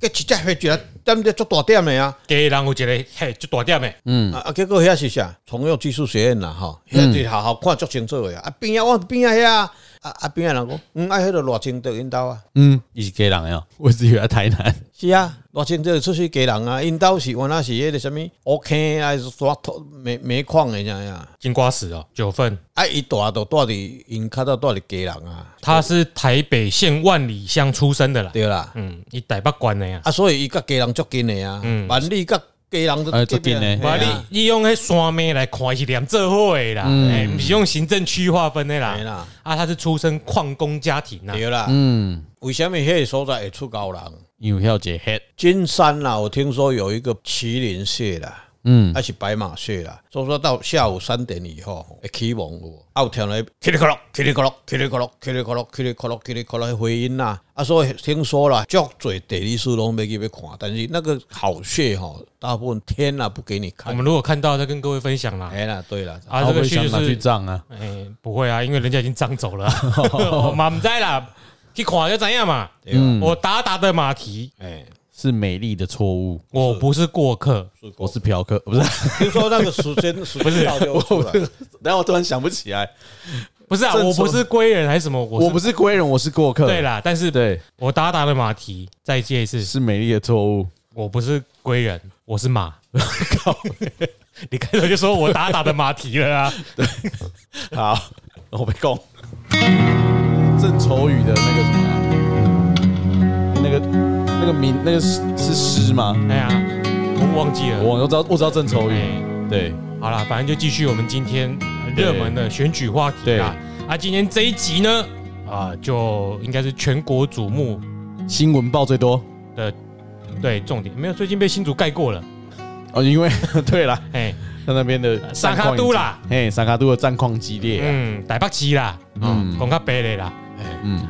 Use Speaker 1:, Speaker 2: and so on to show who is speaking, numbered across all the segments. Speaker 1: 一只血一个点得足大点的啊！
Speaker 2: 家人有一个嘿，就大点的，
Speaker 1: 嗯啊，结果遐是啥？重用技术学院啦，吼，遐就好好看足清楚的啊！啊边仔我边仔遐啊啊边仔人讲，嗯，啊，迄个偌清德因兜啊，
Speaker 3: 嗯，你是家人呀？我只有在台南，
Speaker 1: 是啊，偌清德出去家人啊，因兜是原来是迄个什物乌坑啊，是刷土煤煤矿的啥呀？
Speaker 2: 金瓜石哦，九份，
Speaker 1: 啊，伊大都住伫因较早住伫家人啊，
Speaker 2: 他是台北县万里乡出生的啦，
Speaker 1: 对啦，
Speaker 2: 嗯，伊台北关的呀。
Speaker 1: 啊，所以伊甲家人足近的啊，万里甲家人都
Speaker 3: 哎足近的
Speaker 2: 哇，
Speaker 1: 啊
Speaker 2: 你你用迄山妹来看是连做伙的啦，哎，不是用行政区划分的
Speaker 1: 嘿嗯啦
Speaker 2: 啦。啊，他是出身矿工家庭啊啦，
Speaker 1: 对啦，
Speaker 3: 嗯，
Speaker 1: 为什物迄个所在会出高人？
Speaker 3: 有要解 head，
Speaker 1: 金山啦，我听说有一个麒麟穴啦，
Speaker 3: 嗯，
Speaker 1: 还是白马穴啦，所以说到下午三点以后会起蒙有，啊有听来噼里咕噜、噼里咕噜、噼里咕噜、噼里咕噜、噼里咕噜、噼里咕噜的回音啦，啊所以听说啦，足侪地理书拢要去要看，但是那个好穴吼，大部分天啊不给你
Speaker 2: 我
Speaker 1: 看，
Speaker 2: 们如果看到再跟各位分享啦。
Speaker 1: 哎啦对啦，
Speaker 2: 啊，这个
Speaker 3: 会
Speaker 2: 区
Speaker 3: 想
Speaker 2: 就
Speaker 3: 拿去
Speaker 2: 是，
Speaker 3: 葬啊？
Speaker 2: 哎，不会啊，因为人家已经涨走 了，我嘛不知啦，去看就怎样嘛。
Speaker 1: 对啊吧？
Speaker 2: 我达达的马蹄，
Speaker 1: 哎，
Speaker 3: 是美丽的错误，
Speaker 2: 我不是过客，
Speaker 3: 我是嫖客，不是？
Speaker 1: 听说那个时 间时间到就出来，
Speaker 3: 然后我突然想不起来，
Speaker 2: 不是啊，
Speaker 3: 正宗
Speaker 2: 我不是归人还是什么，我
Speaker 3: 我
Speaker 2: 是
Speaker 3: 不是归人，我是过客。
Speaker 2: 对啦，但是
Speaker 3: 对，
Speaker 2: 我达达的马蹄，再借一次，
Speaker 3: 是美丽的错误。
Speaker 2: 我不是归人，我是马。 靠你开头就说我达达的马蹄了 啊，
Speaker 3: 好，我被供。郑愁予的那个什么啊、那个那个名，那个是是诗吗？
Speaker 2: 哎呀，我忘记了。
Speaker 3: 我我知道，我知道郑愁予。
Speaker 2: 哎，
Speaker 3: 对，
Speaker 2: 好啦，反正就继续我们今天热门的选举话题啦。啊，今天这一集呢，啊，就应该是全国瞩目
Speaker 3: 新闻报最多
Speaker 2: 的，对，重点没有，最近被新竹盖过了，
Speaker 3: 哦，因为 对啦，
Speaker 2: 哎，
Speaker 3: 他那边的
Speaker 2: 沙卡都啦，
Speaker 3: 嘿，沙卡都的战况激烈啊、
Speaker 2: 嗯，台北市啦，嗯，讲较白的啦，
Speaker 3: 嗯，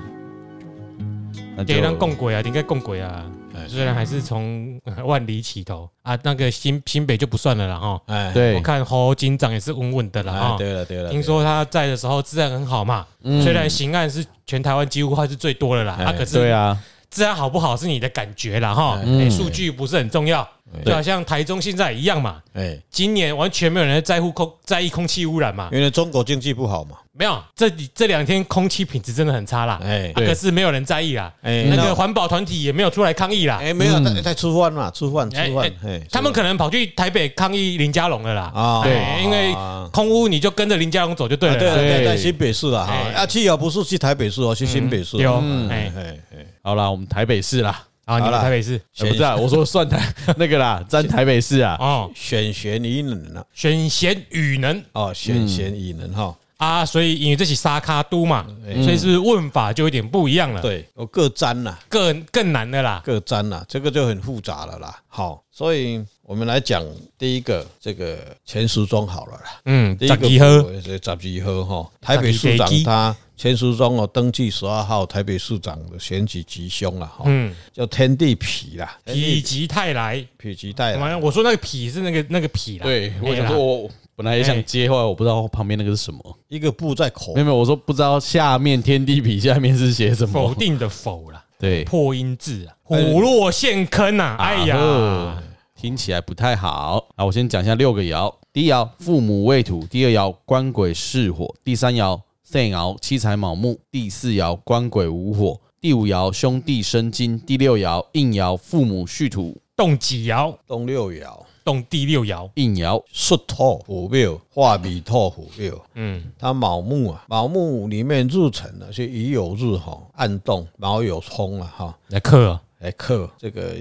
Speaker 3: 那
Speaker 2: 给人共轨啊，应该共轨啊。
Speaker 1: 哎
Speaker 2: 虽然还是从 呃万里起头啊，那个新新北就不算了啦哈。
Speaker 1: 哎，
Speaker 2: 我
Speaker 3: 对，
Speaker 2: 看侯警长也是稳稳的了
Speaker 1: 哎
Speaker 2: 啊。
Speaker 1: 对了对了，嗯
Speaker 2: 听说他在的时候治安很好嘛，虽然刑案是全台湾几乎还是最多的
Speaker 1: 哎
Speaker 2: 啦，啊，可
Speaker 3: 对
Speaker 2: 是
Speaker 3: 啊，
Speaker 2: 治安好不好是你的感觉啦哈，哎，数据不是很重要，就好像台中现在一样嘛，
Speaker 1: 哎，
Speaker 2: 今年完全没有人在乎空在意空气污染嘛，
Speaker 1: 因为中国经济不好嘛，
Speaker 2: 没有，这里这两天空气品质真的很差啦，
Speaker 1: 哎
Speaker 2: 啊可是没有人在意啦，
Speaker 1: 哎
Speaker 2: 那
Speaker 1: 那
Speaker 2: 个环保团体也没有出来抗议啦，
Speaker 1: 哎，没有在在吃饭嘛，吃饭吃
Speaker 2: 哎
Speaker 1: 饭
Speaker 2: 哎，
Speaker 1: 哎，
Speaker 2: 他们可能跑去台北抗议林佳龙了啦，
Speaker 1: 啊
Speaker 2: 哎
Speaker 1: 对
Speaker 2: 因为空污你就跟着林佳龙走就对了啦，
Speaker 1: 对
Speaker 3: 对
Speaker 1: 对，在新北市啦哈，
Speaker 2: 哎
Speaker 1: 啊，去哦，不是去台北市哦，去新北市哦。
Speaker 2: 有
Speaker 1: 嗯
Speaker 2: 哎
Speaker 1: 哎哎，
Speaker 3: 好啦，我们台北市啦，
Speaker 2: 啊，你
Speaker 1: 好
Speaker 2: 们
Speaker 1: 啦
Speaker 2: 台北市
Speaker 3: 呃不是啊，我说算台 那个啦，占台北市啊，
Speaker 2: 哦，
Speaker 1: 选贤与能啊，
Speaker 2: 选贤与能
Speaker 1: 哦，选贤与能哈。
Speaker 2: 啊，所以因为这是沙卡都嘛，所以是不是问法就有点不一样了，，
Speaker 1: 对，我各占啦，
Speaker 2: 更更难的啦，
Speaker 1: 各占啦，这个就很复杂了啦。好，所以我们来讲第一个这个钱时中好了啦。
Speaker 2: 嗯，
Speaker 1: 第一
Speaker 2: 十
Speaker 1: 个
Speaker 2: 二号，
Speaker 1: 是十二号哈，台北市长他钱时中哦登记十二号台北市长的选举吉凶了哈，
Speaker 2: 嗯，
Speaker 1: 叫天地痞啦，
Speaker 2: 否极泰来，
Speaker 1: 痞吉代啦
Speaker 2: 完，了，我说那个痞是那个那个痞啦，
Speaker 3: 对，我
Speaker 2: 哎
Speaker 3: 想
Speaker 2: 啦
Speaker 3: 说我本来也想接，后来我不知道旁边那个是什么，
Speaker 1: 一个布在口
Speaker 2: 哎
Speaker 3: 没有没有，我说不知道下面天地比下面是写什
Speaker 2: 否
Speaker 3: 么，
Speaker 2: 定的否啦，
Speaker 3: 对，啊
Speaker 2: 破音字啊，虎落陷坑呐，哎呀
Speaker 3: 呵，，听起来不太好啊！我先讲一下六个爻：第一爻父母未土，第二爻官鬼巳火，第三爻肾爻七财卯木，第四爻官鬼午火，第五爻兄弟生金，第六爻应爻父母戌土，
Speaker 2: 动几爻，
Speaker 1: 东六爻。
Speaker 2: 动第六爻，
Speaker 3: 应爻
Speaker 1: 戌兔虎庙，化米兔虎庙。
Speaker 2: 嗯，
Speaker 1: 它卯木啊，卯木里面入辰呢是乙酉日哈，暗动卯酉冲啊哈，
Speaker 2: 来克啊
Speaker 1: 来克这个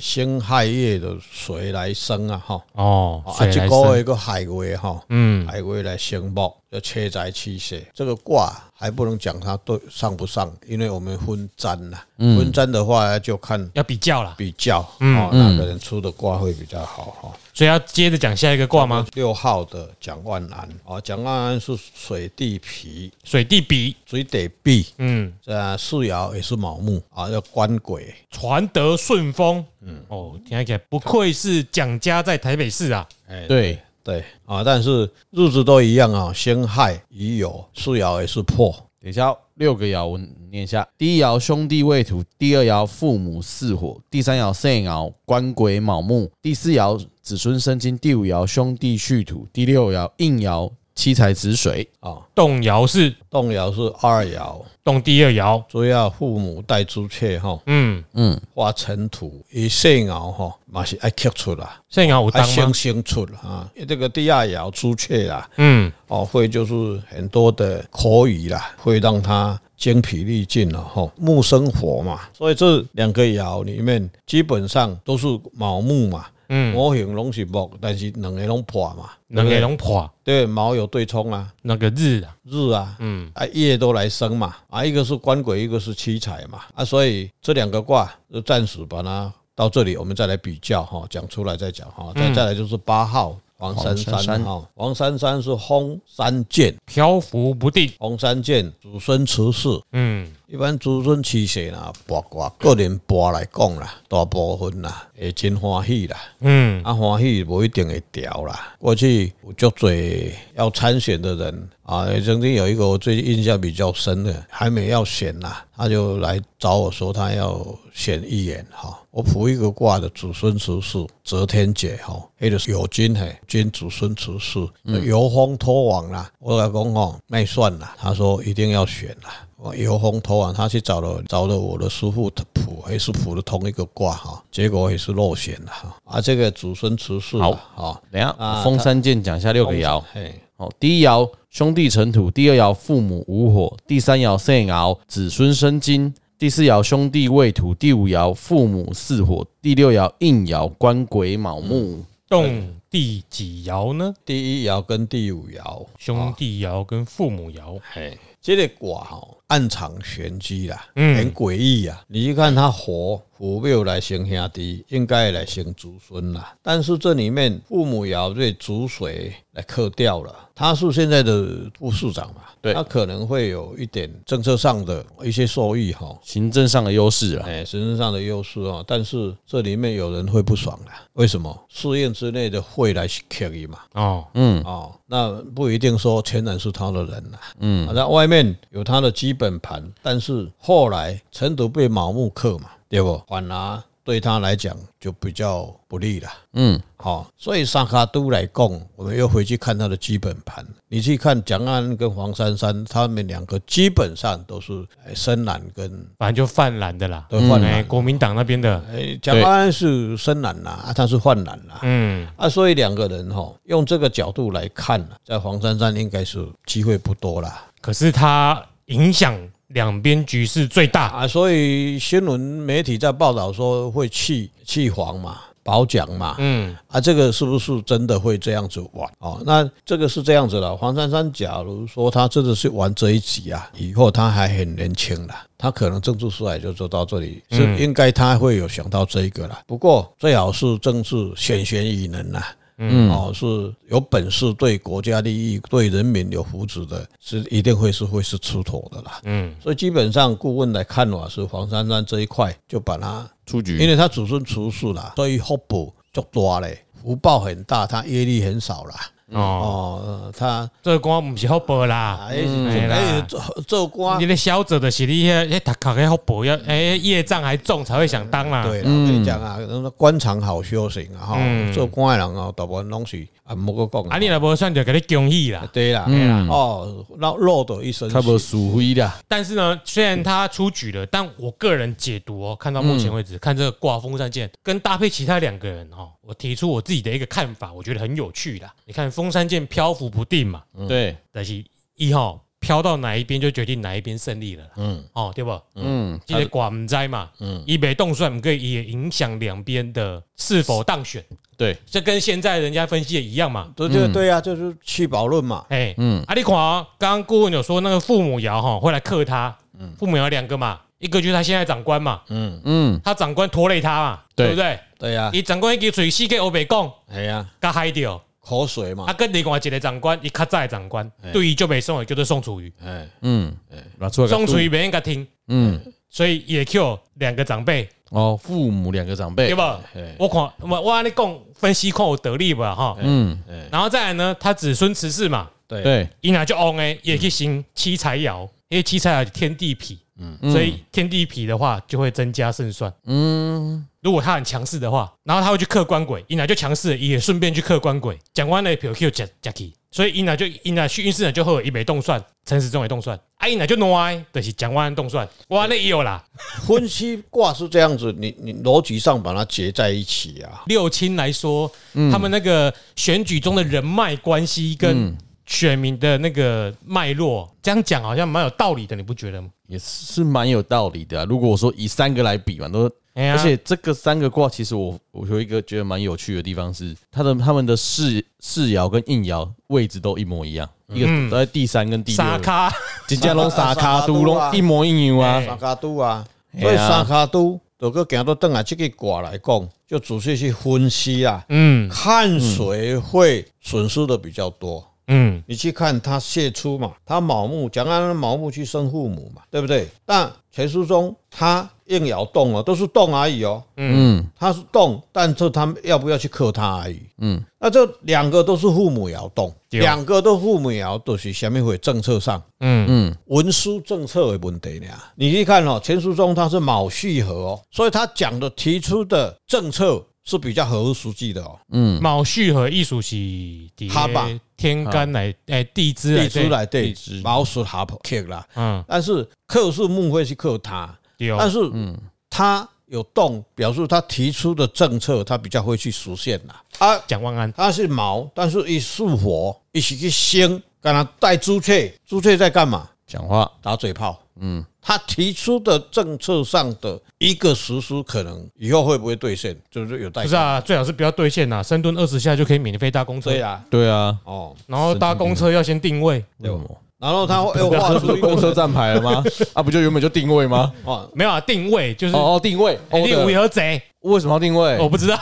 Speaker 1: 辛亥月的水来生啊哈，
Speaker 2: 哦，
Speaker 1: 啊
Speaker 2: 水
Speaker 1: 这
Speaker 2: 来
Speaker 1: 个
Speaker 2: 生，
Speaker 1: 一个亥月哈，
Speaker 2: 嗯，
Speaker 1: 亥月来生木，要缺财气血。这个卦还不能讲它对上不上，因为我们分占呐，
Speaker 2: 嗯
Speaker 1: 分占的话就看
Speaker 2: 要比较啦，
Speaker 1: 比较
Speaker 2: 嗯
Speaker 1: 哦，哪个人出的卦会比较好哈。
Speaker 2: 所以要接着讲下一个卦吗？
Speaker 1: 六号的蒋万安啊，蒋万安是水地皮，
Speaker 2: 水地比，
Speaker 1: 水地壁，
Speaker 2: 嗯。
Speaker 1: 这四爻也是卯木啊，要官鬼。
Speaker 2: 传得顺风。嗯，哦，听起来不愧是蒋家在台北市啊。
Speaker 1: 哎，哦
Speaker 3: 对
Speaker 1: 对啊，但是日子都一样啊，辛亥乙酉，四爻也是破。
Speaker 3: 等一下哦，六个爻我念一下：第一爻兄弟未土，第二爻父母巳火，第三爻肾爻官鬼卯木，第四爻子孙生金，第五爻兄弟戌土，第六爻应爻七财止水。
Speaker 1: 啊，
Speaker 2: 动摇是
Speaker 1: 动摇是二爻，
Speaker 2: 动第二爻，
Speaker 1: 主要父母带朱雀吼，
Speaker 2: 嗯，
Speaker 3: 嗯，
Speaker 1: 化尘土，伊肾爻吼，嘛是爱刻出啦，
Speaker 2: 肾爻有
Speaker 1: 爱
Speaker 2: 当
Speaker 1: 先
Speaker 2: 吗？
Speaker 1: 生出啦啊，这个第二爻朱雀啦，
Speaker 2: 嗯，
Speaker 1: 哦，会就是很多的口语啦，会让他精疲力尽了哈。吼木生火嘛，所以这两个爻里面基本上都是卯木嘛，
Speaker 2: 嗯
Speaker 1: 五行拢是木，但是两个拢破嘛，
Speaker 2: 两
Speaker 1: 对不
Speaker 2: 个
Speaker 1: 对
Speaker 2: 拢破，
Speaker 1: 对卯有对冲啊，
Speaker 2: 那个日啊，
Speaker 1: 日啊。
Speaker 2: 嗯，
Speaker 1: 啊，夜都来生嘛，啊，一个是官鬼，一个是七彩嘛，啊，所以这两个卦就暂时把它到这里，我们再来比较哈，讲出来再讲哈，再
Speaker 2: 嗯
Speaker 1: 再来就是八号黄
Speaker 3: 黄
Speaker 1: 珊
Speaker 3: 珊
Speaker 1: 珊
Speaker 3: 珊
Speaker 1: 哈，黄珊珊是轰三箭，
Speaker 2: 漂浮不定，
Speaker 1: 红山剑子孙持世，
Speaker 2: 嗯，
Speaker 1: 一般子孙起世啦，八卦个人八来讲啦，大部分啦会真欢喜啦，
Speaker 2: 嗯，
Speaker 1: 啊欢喜无一定会调啦。过去有足侪要参选的人啊，曾经有一个我最印象比较深的，还没要选啦，他就来找我说他要选议员哈，我卜一个卦的子孙持世，则天解哈，迄就是有金嘿，金子孙持世，由风托网啦，我来讲吼，卖算啦，他说一定要选啦。我由风哦投网，他去找了找了我的师傅卜，还是卜了同一个卦哈，结果也是落选了哈。啊，这个祖孙持世
Speaker 3: 好
Speaker 1: 啊，哈，
Speaker 3: 等一下
Speaker 1: 啊
Speaker 3: 封三箭讲一下六个爻。
Speaker 1: 嘿，
Speaker 3: 哦，第一爻兄弟成土，第二爻父母无火，第三爻肾爻子孙生金，第四爻兄弟未土，第五爻父母巳火，第六爻应爻官鬼卯木。
Speaker 2: 动第几爻呢？
Speaker 1: 第一爻跟第五爻，
Speaker 2: 兄弟爻跟父母爻，
Speaker 1: 嘿，这个卦吼暗藏玄机啦，
Speaker 2: 嗯
Speaker 1: 很诡异啊。你去看他火虎庙来生兄弟，应该来生子孙啦，但是这里面父母爻对主水来克掉了，他是现在的副市长嘛，
Speaker 3: 对
Speaker 1: 他可能会有一点政策上的一些受益哈。
Speaker 3: 行政上的优势啊，
Speaker 1: 哎，身上的优势哦，但是这里面有人会不爽啦，为什么？试验之内的会来 carry 嘛，
Speaker 2: 哦，
Speaker 1: 哦，那不一定说全然是他的人啦，嗯，那外面有他的基本盘，但是后来陈独被盲目克嘛，对不？反而对他来讲就比较不利了。
Speaker 3: 嗯，
Speaker 1: 好、所以萨卡都来供，我们又回去看他的基本盘。你去看蒋安跟黄珊珊，他们两个基本上都是哎深蓝跟
Speaker 2: 反正就泛蓝的啦，
Speaker 1: 都泛蓝
Speaker 2: 哎，国民党那边的，
Speaker 1: 哎，蒋安是深蓝啦、啊，他是泛蓝啦、
Speaker 2: 嗯，
Speaker 1: 啊，所以两个人哈、用这个角度来看啊在黄珊珊应该是机会不多啦
Speaker 2: 可是它影响两边局势最大，
Speaker 1: 啊，所以新闻媒体在报道说会弃弃黄嘛，保奖嘛，
Speaker 2: 嗯，
Speaker 1: 啊，这个是不是真的会这样子玩哦？那这个是这样子的，黄珊珊，假如说她真的是玩这一集啊，以后她还很年轻啦，她可能政治出来就做到这里，是应该她会有想到这一个啦。不过最好是政治选贤与能啦。嗯，哦，是有本事对国家利益、对人民有福祉的，是一定会是会是出头的啦。
Speaker 2: 嗯，
Speaker 1: 所以基本上顾问来看我是黄珊珊这一块，就把它
Speaker 3: 出
Speaker 1: 因
Speaker 3: 局。
Speaker 1: 为他子孙出世啦，所以嗯福报足大嘞，福报很大，他业力很少啦。
Speaker 2: 哦，
Speaker 1: 哦，呃他
Speaker 2: 这光不是好报啦。
Speaker 1: 哎
Speaker 2: 哎啦
Speaker 1: 哎做做官
Speaker 2: 你，的消者的是你迄迄读壳迄好薄要，哎，业障还重才会想当啦。，
Speaker 1: 对啦，我跟你讲啊，那官场好修行啊，哈，
Speaker 2: 嗯
Speaker 1: 做官的人哦，大部分拢是啊，唔好
Speaker 2: 啊，
Speaker 1: 讲
Speaker 2: 你若无算就给你恭喜啦。
Speaker 1: 对啦，对啦，哦，那落到一身
Speaker 3: 他不
Speaker 1: 血，
Speaker 3: 属灰的，
Speaker 2: 但是呢，虽然他出局了，但我个人解读哦，看到目前为
Speaker 1: 嗯
Speaker 2: 止，看这个挂风扇剑跟搭配其他两个人哦，我提出我自己的一个看法，我觉得很有趣啦。你看风扇剑漂浮不定嘛，
Speaker 3: 对，
Speaker 2: 但是一号飘到哪一边就决定哪一边胜利了啦，
Speaker 1: 嗯
Speaker 2: 哦，对不？
Speaker 3: 嗯，
Speaker 2: 这个挂唔知嘛，
Speaker 1: 嗯，
Speaker 2: 以北动算唔可以也影响两边的是否当选，
Speaker 3: 对，
Speaker 2: 这跟现在人家分析的一样嘛。
Speaker 1: 对对对啊，就是弃保论嘛，
Speaker 2: 哎，
Speaker 3: 嗯
Speaker 2: 嗯，啊，你看啊，刚刚顾问有说那个父母爻哈会来克他，父母爻两个嘛，一个就是他现在长官嘛，
Speaker 1: 嗯，
Speaker 3: 嗯，
Speaker 2: 他长官拖累他嘛，
Speaker 3: 对
Speaker 2: 对不对？
Speaker 1: 对啊呀，
Speaker 2: 伊长官一支嘴死给欧北讲，
Speaker 1: 哎呀，
Speaker 2: 甲害掉，
Speaker 1: 口水嘛
Speaker 2: 啊，，跟另外一个长官，伊较早的长官
Speaker 1: 哎
Speaker 2: 对伊就袂爽的叫做宋楚瑜，
Speaker 1: 哎，
Speaker 3: 嗯，拿出来个
Speaker 2: 宋
Speaker 3: 度
Speaker 2: 楚瑜袂应该听，
Speaker 3: 嗯，
Speaker 2: 所以也 Q 两个长辈，
Speaker 3: 哦，父母两个长辈
Speaker 2: 对，吧？
Speaker 1: 哎，
Speaker 2: 我看我我安尼讲分析看有得力吧哈，
Speaker 3: 嗯，
Speaker 2: 然后再来呢，他子孙慈氏嘛，
Speaker 1: 对，
Speaker 3: 对，
Speaker 2: 伊若就 on 诶，也去行七彩爻，因为七彩爻天地痞，嗯，所以天地痞的话就会增加胜算。
Speaker 1: 嗯，
Speaker 2: 如果他很强势的话，然后他会去克官鬼，伊娜就强势了，也顺便去克官鬼。讲完了，票 Q 加加 k 所以伊娜就伊娜去运势呢就会一枚动算，陈时中也动算，啊伊娜就挪哎，就是讲完动算，哇那也有啦，
Speaker 1: 分析卦是这样子，你你逻辑上把它结在一起啊。
Speaker 2: 六亲来说，
Speaker 1: 嗯
Speaker 2: 他们那个选举中的人脉关系
Speaker 1: 嗯
Speaker 2: 跟选民的那个脉络，这样讲好像蛮有道理的，你不觉得吗？
Speaker 3: 也是蛮有道理的啊、如果我说以三个来比嘛，都，
Speaker 2: 哎呀
Speaker 3: 而且这个三个卦，其实我我有一个觉得蛮有趣的地方是，它的他们的世世爻跟应爻位置都一模一样，一个都在第三跟第六
Speaker 2: 沙
Speaker 3: 位，
Speaker 2: 咖，
Speaker 3: 金家龙
Speaker 1: 沙卡
Speaker 3: 撒卡
Speaker 1: 沙
Speaker 3: 都
Speaker 1: 卡都啊
Speaker 3: 龙一模一样啊
Speaker 2: 哎，
Speaker 1: 三卡都啊，
Speaker 3: 嘿啊
Speaker 1: 所以三卡都，如果行到邓来这个卦来讲，就仔细去分析啊，
Speaker 2: 嗯
Speaker 1: 看谁会损失的比较多。
Speaker 2: 嗯，
Speaker 1: 你去看他泄出嘛，他卯木，讲按卯木去生父母嘛，对不对？但钱书中他硬要动哦，都是动而已哦，
Speaker 3: 嗯，
Speaker 1: 他是动，但是他们要不要去克他而已。嗯，那这两个都是父母爻动，
Speaker 2: 对
Speaker 1: 两个都父母爻都是下面会政策上，
Speaker 2: 嗯
Speaker 1: 嗯，文书政策的问题呢。你去看哦，钱书中他是卯戌合哦，所以他讲的提出的政策是比较合乎实际的哦，
Speaker 2: 卯戌和艺术系底
Speaker 1: 哈吧嗯
Speaker 2: 天干来，哎地支来
Speaker 1: 地支
Speaker 2: 对，
Speaker 1: 来对卯戌合克啦，
Speaker 2: 嗯，
Speaker 1: 但是克是木会去克他，
Speaker 2: 对，哦
Speaker 1: 但是嗯，他有动，表示他提出的政策他比较会去实现啦。啊，
Speaker 2: 蒋万安，
Speaker 1: 他是毛，但是一束火，一起去生，跟他带朱雀，朱雀在干嘛？
Speaker 3: 讲话
Speaker 1: 打嘴炮。嗯，他提出的政策上的一个实施，可能以后会不会兑现，就是有待
Speaker 2: 不是啊，最好是不要兑现呐，深蹲二十下就可以免费搭公车
Speaker 1: 对，啊，
Speaker 3: 对啊，
Speaker 1: 哦，
Speaker 2: 然后搭公车要先定位，
Speaker 3: 为什么？
Speaker 1: 然后他又画出一
Speaker 3: 公车
Speaker 1: 个
Speaker 3: 站牌了吗？啊，不就原本就定位吗？
Speaker 1: 哦，
Speaker 2: 没有啊，定位就是
Speaker 3: 哦哦，定位，
Speaker 2: 哎你
Speaker 3: 哦
Speaker 2: 为何贼，
Speaker 3: 为什么要定位
Speaker 2: 我？不知道，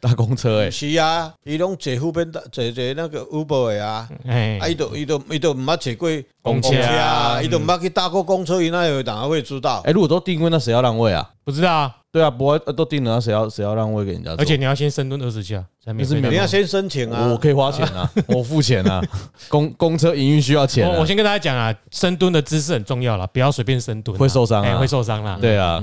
Speaker 3: 搭公车哎，
Speaker 1: 是啊，伊拢坐副边的坐坐那个 Uber 的啊，
Speaker 2: 哎
Speaker 1: 啊，伊都伊都伊都毋捌坐过
Speaker 2: 公车啊
Speaker 1: 伊都毋捌去搭过公车，伊那有哪会知道？
Speaker 3: 哎，如果都定位，那谁要让位啊？
Speaker 2: 不知道啊，
Speaker 3: 对啊，不会呃都定了，那谁要谁要让位给人家坐？
Speaker 2: 而且你要先深蹲二十下才免
Speaker 3: 那
Speaker 2: 费搭
Speaker 3: 是免
Speaker 1: 你
Speaker 3: 费
Speaker 2: 公
Speaker 1: 要
Speaker 2: 车。
Speaker 1: 先申请
Speaker 2: 哦
Speaker 1: 啊，
Speaker 3: 我可以花钱啊，我付钱啊，公公车营运需要钱、
Speaker 2: 我
Speaker 3: 啊
Speaker 2: 我，先跟大家讲啊，深蹲的姿势很重要啦，不要随便深蹲啊，
Speaker 3: 会受伤啊
Speaker 2: 哎会受伤嗯啦。
Speaker 3: 对啊，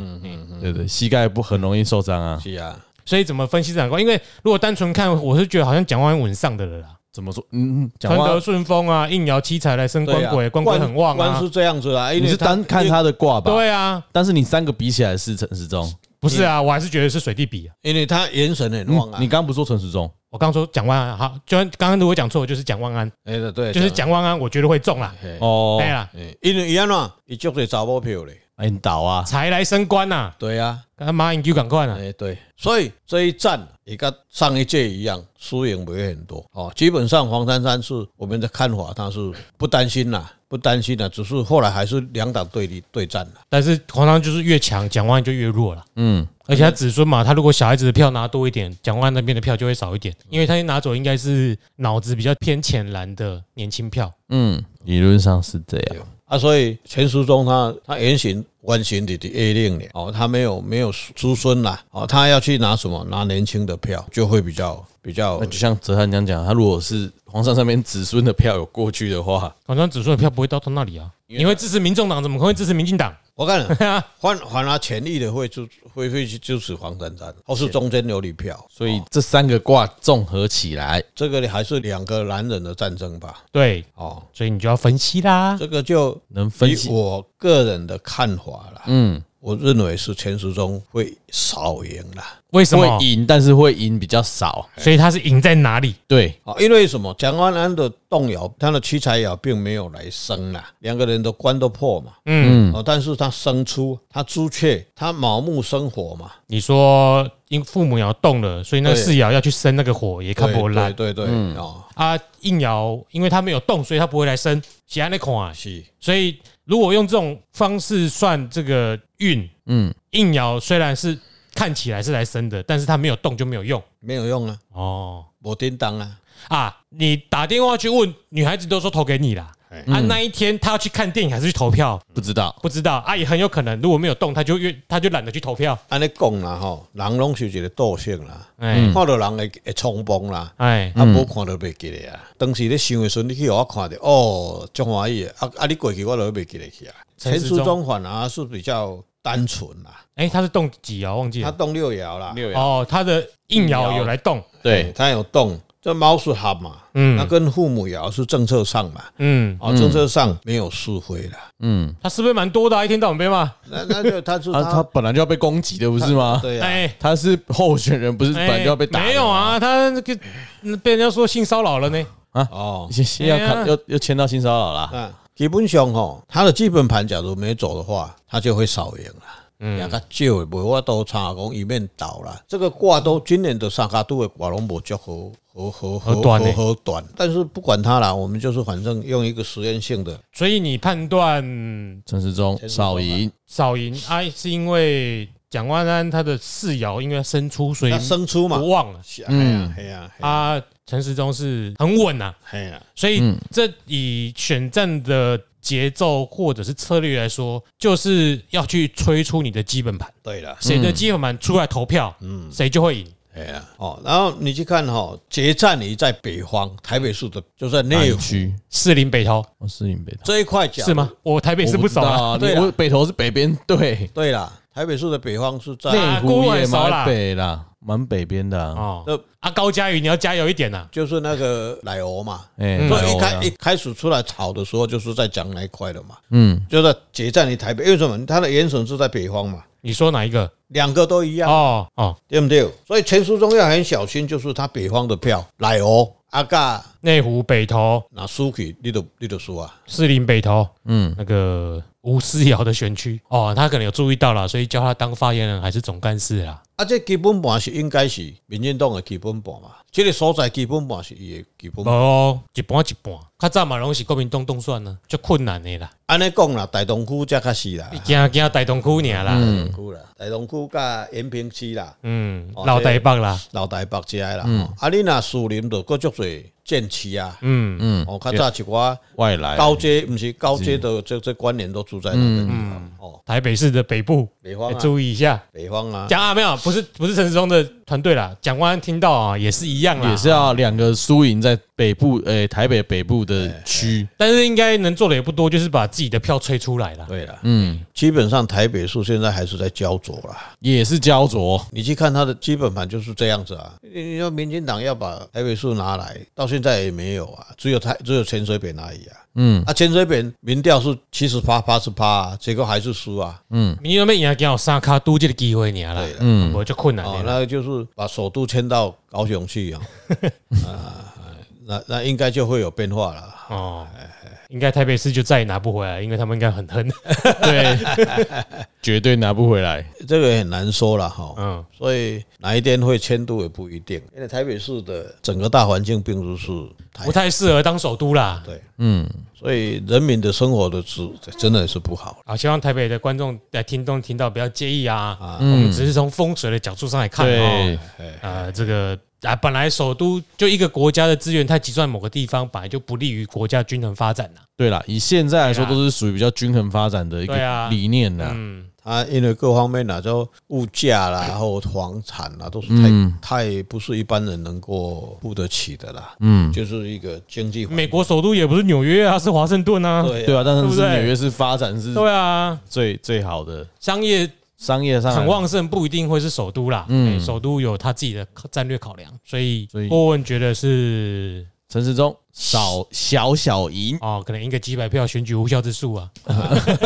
Speaker 3: 对对，膝盖不很容易受伤啊。
Speaker 2: 嗯
Speaker 1: 是啊，
Speaker 2: 所以怎么分析这两个？因为如果单纯看，我是觉得好像蒋万安稳上的了啦，
Speaker 3: 怎么说？嗯，嗯，讲
Speaker 2: 传
Speaker 3: 话
Speaker 2: 德顺风啊，应爻七财来生官
Speaker 1: 对啊
Speaker 2: 鬼，官鬼很旺
Speaker 1: 官
Speaker 2: 啊
Speaker 1: 是，这样子啊，因
Speaker 3: 你
Speaker 1: 为
Speaker 3: 是单看他的卦吧？，
Speaker 2: 对啊，
Speaker 3: 但是你三个比起来是陈时中，
Speaker 2: 不是啊，我还是觉得是水地比啊。
Speaker 1: 因为他眼神很旺
Speaker 3: 嗯
Speaker 1: 啊，
Speaker 3: 你刚刚不说陈时中，
Speaker 2: 我刚说蒋万安好，就算刚刚如果讲错，我就是蒋万安，
Speaker 1: 哎对对，
Speaker 2: 就是蒋万安，我觉得会中啦。
Speaker 1: 嘿
Speaker 3: 哦
Speaker 2: 哎，呀，
Speaker 1: 嘿因为伊安怎，伊足侪查某票咧，
Speaker 3: 哎，你倒啊，
Speaker 2: 财来升官呐，
Speaker 1: 对啊，
Speaker 2: 干嘛你就赶快啊啦。
Speaker 1: 哎对，所以这一战也跟上一届一样，输赢不会很多哦。基本上黄珊珊是我们的看法，他是不担心啦，不担心啦，只是后来还是两党对立对战啦。
Speaker 2: 但是黄章就是越强，蒋万安就越弱了。
Speaker 3: 嗯，
Speaker 2: 而且他子孙嘛，他如果小孩子的票拿多一点，蒋万安那边的票就会少一点，因为他拿走应该是脑子比较偏浅蓝的年轻票。
Speaker 3: 嗯，理论上是这样，
Speaker 1: 啊，所以钱书中他他原型完型的的 A 令呢，哦，他没有没有子孙啦，哦，他要去拿什么拿年轻的票，就会比较比较
Speaker 3: 那就像哲汉讲讲，他如果是皇上上面子孙的票有过去的话，
Speaker 2: 黄章子孙的票不会到他那里啊，你会支持民众党，怎么可能会支持民进党？
Speaker 1: 我看了换换拿权力的会支会会去支持黄珊珊，或是中间有你票，
Speaker 3: 所以这三个卦综合起来，
Speaker 1: 这个还是两个男人的战争吧。
Speaker 2: 对，
Speaker 1: 哦，
Speaker 2: 所以你就要分析 啦。
Speaker 1: 这个就
Speaker 3: 能分
Speaker 1: 以
Speaker 3: 析，
Speaker 1: 我个人的看法啦，
Speaker 3: 嗯，
Speaker 1: 我认为是钱书中会少赢啦。
Speaker 2: 为什么
Speaker 3: 会？赢，但是会赢比较少，
Speaker 2: 所以他是赢在哪里？
Speaker 3: 对，
Speaker 1: 啊，因为什么？蒋万安的动摇，他的七彩爻并没有来生啦，两个人的官都破嘛。
Speaker 2: 嗯，
Speaker 1: 哦，但是他生出他朱雀，他卯木生火嘛，
Speaker 2: 你说因父母爻动了，所以那个
Speaker 1: 对
Speaker 2: 四爻要去生那个火，也看不烂
Speaker 1: 对对对
Speaker 3: 嗯
Speaker 1: 对，哦，
Speaker 2: 啊。应爻因为他没有动，所以他不会来生，喜安那孔啊。
Speaker 1: 是，
Speaker 2: 所以如果用这种方式算这个运，
Speaker 3: 嗯，
Speaker 2: 应爻虽然是看起来是来生的，但是它没有动就没有用
Speaker 1: 没有用啊，
Speaker 2: 哦
Speaker 1: 我叮当啊，
Speaker 2: 啊！你打电话去问女孩子都说投给你啦，
Speaker 3: 哎
Speaker 2: 啊，
Speaker 3: 嗯
Speaker 2: 那一天他要去看电影还是去投票，
Speaker 1: 嗯
Speaker 3: 不知道
Speaker 2: 不知道啊，也很有可能如果没有动，他就越他就懒得去投票。
Speaker 1: 安尼讲啦吼，人拢是一个惰性啦，
Speaker 2: 哎
Speaker 3: 嗯
Speaker 1: 看到人会会冲动啦。
Speaker 2: 哎，
Speaker 1: 啊，无看到袂记咧啊！当时咧想的时阵，你去互我看着，哦，足欢喜的啊！啊，你过去我就袂记咧去啊。
Speaker 2: 陈
Speaker 1: 陈
Speaker 2: 时
Speaker 1: 书
Speaker 2: 中
Speaker 1: 忠反而是比较单纯啦，
Speaker 2: 哎，他是动几啊？忘记
Speaker 1: 他
Speaker 2: 了。
Speaker 1: 动六爻啦，
Speaker 3: 六爻
Speaker 2: 哦，他的硬摇有来动，
Speaker 1: 对
Speaker 3: 对
Speaker 1: 他有动，这猫是合嘛，那
Speaker 2: 嗯
Speaker 1: 跟父母爻是政策上嘛，
Speaker 2: 嗯，
Speaker 1: 哦，政策上没有是非啦，
Speaker 3: 嗯
Speaker 2: 他是不是蛮多的啊？一天到晚被骂。
Speaker 1: 那那就他是
Speaker 3: 啊，他
Speaker 1: 他
Speaker 3: 本来就要被攻击的不是吗？
Speaker 1: 对啊呀，
Speaker 2: 哎，
Speaker 3: 他是候选人，不是本来啊就要被打的吗
Speaker 2: 没有，啊，他那个被人家说性骚扰了呢。
Speaker 1: 哦，
Speaker 3: 先先要
Speaker 2: 哎呀
Speaker 3: 看要要签到性骚扰啦。
Speaker 1: 啊，基本上吼，他的基本盘假如没走的话，他就会少赢啊了。
Speaker 2: 嗯
Speaker 1: 两个少的，无法都差讲一面倒啦。这个卦都今年的三卡度的卦拢无足好，好好
Speaker 2: 好短欸
Speaker 1: 好短。但是不管它啦，我们就是反正用一个实验性的，
Speaker 2: 所以你判断
Speaker 3: 陈时中
Speaker 1: 陈时中
Speaker 3: 少赢，
Speaker 2: 少赢啊，是因为蒋万安他的四爻应该生出，所以
Speaker 1: 那生出嘛
Speaker 2: 不，忘了
Speaker 1: 是啊哎呀，哎呀，哎呀
Speaker 2: 啊。陈时中是很稳啊，
Speaker 1: 哎呀，
Speaker 2: 所以
Speaker 3: 嗯
Speaker 2: 这以选战的节奏或者是策略来说，就是要去催出你的基本
Speaker 3: 嗯
Speaker 2: 盘，
Speaker 1: 对了，
Speaker 2: 谁的基本盘出来投票，嗯，谁就会赢。
Speaker 1: 哎呀，哦，然后你去看哈，决战于在北方，台北市的就在
Speaker 3: 哪
Speaker 1: 内
Speaker 3: 一
Speaker 1: 湖
Speaker 3: 区？
Speaker 2: 士林北投
Speaker 3: 我是林北投，
Speaker 1: 这一块讲
Speaker 2: 哎是？吗？我台北
Speaker 3: 我
Speaker 2: 是
Speaker 3: 不
Speaker 2: 不
Speaker 3: 知
Speaker 2: 少
Speaker 3: 道
Speaker 2: 啊，
Speaker 3: 啊，你
Speaker 1: 对啊
Speaker 3: 我北投是北边，对，
Speaker 1: 对啦，台北市的北方是在
Speaker 3: 内
Speaker 2: 啊郭
Speaker 3: 湖
Speaker 2: 文
Speaker 3: 也
Speaker 2: 熟啦
Speaker 3: 蛮北啦，蛮北边的啊。
Speaker 2: 哦
Speaker 1: 那
Speaker 2: 啊，高嘉瑜你要加油一点呐、啊。
Speaker 1: 就是那个奶油嘛，
Speaker 2: 嗯
Speaker 3: 哎，
Speaker 1: 所
Speaker 3: 北
Speaker 1: 以
Speaker 3: 欧
Speaker 1: 一
Speaker 3: 啦
Speaker 1: 开一开始出来炒的时候，就是在讲那一块的嘛，
Speaker 3: 嗯
Speaker 1: 就在决战于台北，因为什么？它的原省是在北方嘛，
Speaker 2: 你说哪一个？
Speaker 1: 两个都一样，
Speaker 2: 哦哦，
Speaker 1: 对不对？所以陈书中要很小心，就是他北方的票，奶油阿嘎
Speaker 2: 内湖北投、
Speaker 1: 拿输去，你都你都输啊，
Speaker 2: 士林北投，
Speaker 3: 嗯，
Speaker 2: 那个吴思瑶的选区哦，他可能有注意到了，所以叫他当发言人还是总干事啦。
Speaker 1: 啊，这基本盘是应该是民进党的基本盘嘛，这个所在基本盘是伊的基本盘。
Speaker 2: 哦，一半一半，较早嘛拢是国民党动算呢，就困难的啦，
Speaker 1: 安尼讲啦，大东区才较是啦，
Speaker 2: 惊惊大东区尔啦，
Speaker 1: 大东区啦，大东区甲延平区啦，
Speaker 2: 嗯，
Speaker 1: 哦
Speaker 2: 老台北啦，
Speaker 1: 老台北遮的啦。吼啊，你若树林就搁足侪建区啊，
Speaker 2: 嗯，
Speaker 3: 嗯，哎
Speaker 1: 哦，较早一寡。
Speaker 3: 外来
Speaker 1: 高阶不是高阶的这这关联都住在那
Speaker 3: 嗯
Speaker 1: 个地方哦，
Speaker 2: 台北市的北部，
Speaker 1: 北方
Speaker 2: 要
Speaker 1: 啊，
Speaker 2: 注意一下。
Speaker 1: 北方啊，
Speaker 2: 讲啊，没有，不是不是陈时中的团队啦，蒋万安听到啊，也是一样啦，
Speaker 3: 也是要两个输赢在北部，诶，台北北部的
Speaker 1: 哎
Speaker 3: 区，
Speaker 2: 但是应该能做的也不多，就是把自己的票吹出来啦。
Speaker 1: 对了，
Speaker 3: 嗯，
Speaker 1: 基本上台北市现在还是在焦灼啦。
Speaker 3: 也是焦灼，
Speaker 1: 你去看它的基本盘就是这样子啊。你你说民进党要把台北市拿来，到现在也没有啊，只有台只有潜水扁而已啊。
Speaker 3: 嗯
Speaker 1: 啊，潜水扁民调是七十八八十八，结果还是输啊。
Speaker 3: 嗯
Speaker 2: 你有没有赢有三卡都这个机会你啦？
Speaker 1: 对啦
Speaker 2: 嗯，我就困难
Speaker 1: 哦，
Speaker 2: 了。
Speaker 1: 那个就是把首都迁到高雄去 啊。啊，那那应该就会有变化了。
Speaker 2: 哦，应该台北市就再也拿不回来，因为他们应该很恨。
Speaker 3: 对，绝对拿不回来，
Speaker 1: 这个也很难说了哈。
Speaker 2: 嗯，
Speaker 1: 所以哪一天会迁都也不一定，因为台北市的整个大环境并不是太
Speaker 2: 不，太适合当首都啦。
Speaker 1: 对，
Speaker 3: 嗯，
Speaker 1: 所以人民的生活的质真的是不好
Speaker 2: 啊，希望台北的观众来听众听到不要介意啊，我们只是从风水的角度上来看哦
Speaker 3: 对。，
Speaker 2: 呃，这个啊，本来首都就一个国家的资源太集中在某个地方，本来就不利于国家均衡发展啊呐。
Speaker 3: 对啦，以现在来说
Speaker 2: 对啊
Speaker 3: 都是属于比较均衡发展的一
Speaker 2: 对
Speaker 3: 个
Speaker 2: 啊
Speaker 3: 理念啦，
Speaker 2: 嗯，
Speaker 1: 它因为各方面呢、啊，就物价啦，然后房产啊啦，都是太、
Speaker 2: 嗯
Speaker 1: 太不是一般人能够付得起的啦。
Speaker 3: 嗯，
Speaker 1: 就是一个经济环
Speaker 2: 美国首都也不是纽约啊，是华盛顿啊。
Speaker 1: 对
Speaker 3: 对
Speaker 1: 啊，
Speaker 3: 啊，但
Speaker 2: 对
Speaker 3: 是
Speaker 2: 不
Speaker 3: 是
Speaker 2: 对
Speaker 3: 纽约市发展是
Speaker 2: 对啊，
Speaker 3: 最最好的，
Speaker 2: 商业
Speaker 3: 商业上
Speaker 2: 很
Speaker 3: 来
Speaker 2: 旺盛不一定会是首都啦，嗯，首都有他自己的战略考量，所以
Speaker 3: 所以
Speaker 2: 波文觉得是
Speaker 3: 陈时中少小小赢
Speaker 2: 哦，可能赢个几百票选举无效之数啊。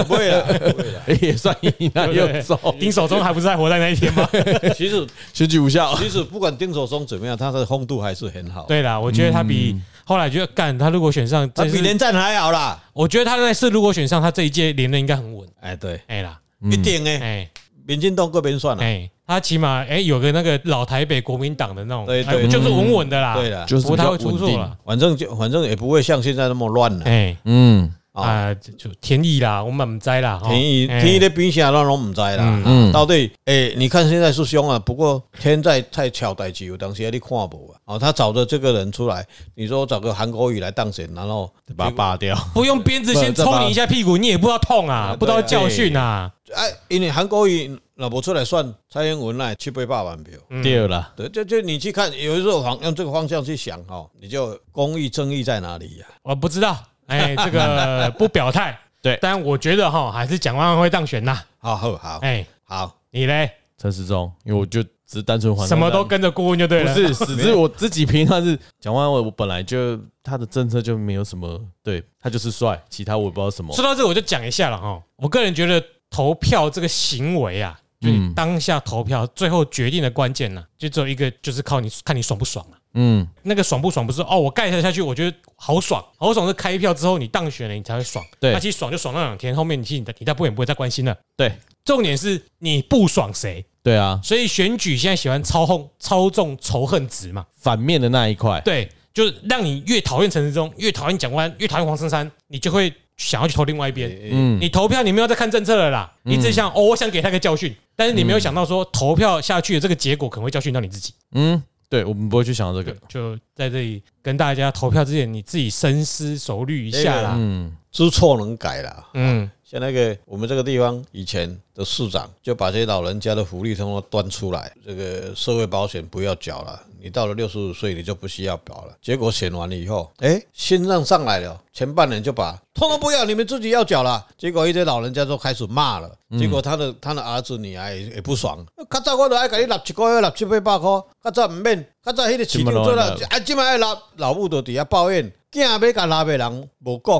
Speaker 1: 不会了，不会了。
Speaker 3: 也算赢啊，
Speaker 2: 对不对
Speaker 3: 又走，
Speaker 1: 嗯
Speaker 2: 丁守中还不是还活在那一天 吗？
Speaker 1: 其实
Speaker 3: 选举无效，
Speaker 1: 其实不管丁守中怎么样，他的风度还是很好。，
Speaker 2: 对啦，我觉得他比后来觉得干，他如果选上，
Speaker 1: 嗯他
Speaker 2: 这
Speaker 1: 比
Speaker 2: 是
Speaker 1: 连战还好啦。
Speaker 2: 我觉得他那次如果选上，他这一届连任应该很稳。
Speaker 1: 哎，对，
Speaker 2: 哎啦，
Speaker 1: 一定诶，
Speaker 2: 哎
Speaker 1: 民进党各边算了。
Speaker 2: 哎，他起码哎有个那个老台北国民党的那种，
Speaker 1: 对
Speaker 2: 哎
Speaker 1: 对嗯
Speaker 2: 就是稳稳的啦，
Speaker 1: 对，了，
Speaker 3: 就是
Speaker 2: 不
Speaker 3: 比
Speaker 2: 太
Speaker 3: 较
Speaker 2: 会出
Speaker 3: 稳
Speaker 2: 错
Speaker 3: 定。
Speaker 2: 了。
Speaker 1: 反正就反正也不会像现在那么乱了。
Speaker 2: 哎，
Speaker 3: 嗯，
Speaker 2: 啊，就天意啦，我们唔知啦，吼
Speaker 1: 天意
Speaker 2: 哎嗯
Speaker 1: 天意的兵线咱拢唔知啦，啊
Speaker 3: 嗯
Speaker 1: 到底诶、你看现在是凶啊，不过天在太巧代志，有当时你看无啊。哦，他找的这个人出来，你说找个韩国语来当选，然后
Speaker 3: 嗯把它拔掉。
Speaker 2: 不用鞭子先抽你一下屁股，你也不知道痛啊，不知道教训啊。
Speaker 1: 哎、因为韩国语那不出来算，蔡英文那七八百万票。
Speaker 2: 嗯
Speaker 3: 第二啦，
Speaker 1: 对，就就你去看，有的时候往用这个方向去想哦，你就公益正义在哪里呀、
Speaker 2: 我不知道，哎，这个不表态。
Speaker 3: 对
Speaker 2: 但我觉得哈，还是蒋万安会当选呐。
Speaker 1: 好好好
Speaker 2: 哎，
Speaker 1: 好，
Speaker 2: 你嘞，
Speaker 3: 陈时中，因为我就只是单纯还
Speaker 2: 什么都跟着顾问就对啊
Speaker 3: 不
Speaker 2: 了。
Speaker 3: 是，只是我自己评判是蒋万安，我本来就他的政策就没有什么，对他就是帅，其他我也不知道什么。
Speaker 2: 说到这，我就讲一下了哈。我个人觉得投票这个行为啊，就你当下投票最后决定的关键呢，就只有一个，就是靠你看你爽不爽啊。
Speaker 3: 嗯，
Speaker 2: 那个爽不爽不是哦，我盖下下去，我觉得好爽，好爽是开票之后你当选了，你才会爽。
Speaker 3: 对
Speaker 2: 那其实爽就爽那两天，后面你其实你你大部分也不会再关心了。
Speaker 3: 对
Speaker 2: 重点是你不爽谁，
Speaker 3: 对啊，
Speaker 2: 所以选举现在喜欢操控操纵仇恨值嘛，
Speaker 3: 反面的那一块，
Speaker 2: 对，就是让你越讨厌陈时中，越讨厌蒋万安，越讨厌黄珊珊，你就会想要去投另外一边。
Speaker 3: 嗯，
Speaker 2: 你投票你没有在看政策了啦，
Speaker 1: 嗯
Speaker 2: 你只想哦，我想给他个教训，但是你没有想到说投票下去的这个结果可能会教训到你自己。
Speaker 3: 嗯，对，我们不会去想这
Speaker 2: 对
Speaker 3: 个。，
Speaker 2: 就在这里跟大家投票之前，你自己深思熟虑一下啦。
Speaker 3: 嗯，
Speaker 1: 知错能改啦。
Speaker 2: 嗯，
Speaker 1: 像那个我们这个地方以前的市长就把这些老人家的福利通通端出来，这个社会保险不要缴了，你到了六十五岁你就不需要缴了。结果选完了以后，哎，新让上来了，前半年就把通通不要，你们自己要缴了。结果一堆老人家都开始骂了，结果他的他的儿子女儿啊也也不爽，较早我都爱给你六七个月六七八百块，较早唔免，较早迄个市场做
Speaker 3: 现在都要
Speaker 1: 了
Speaker 3: 拿，
Speaker 1: 啊，即摆爱老老母都伫遐抱怨，囝要甲拉的人无讲，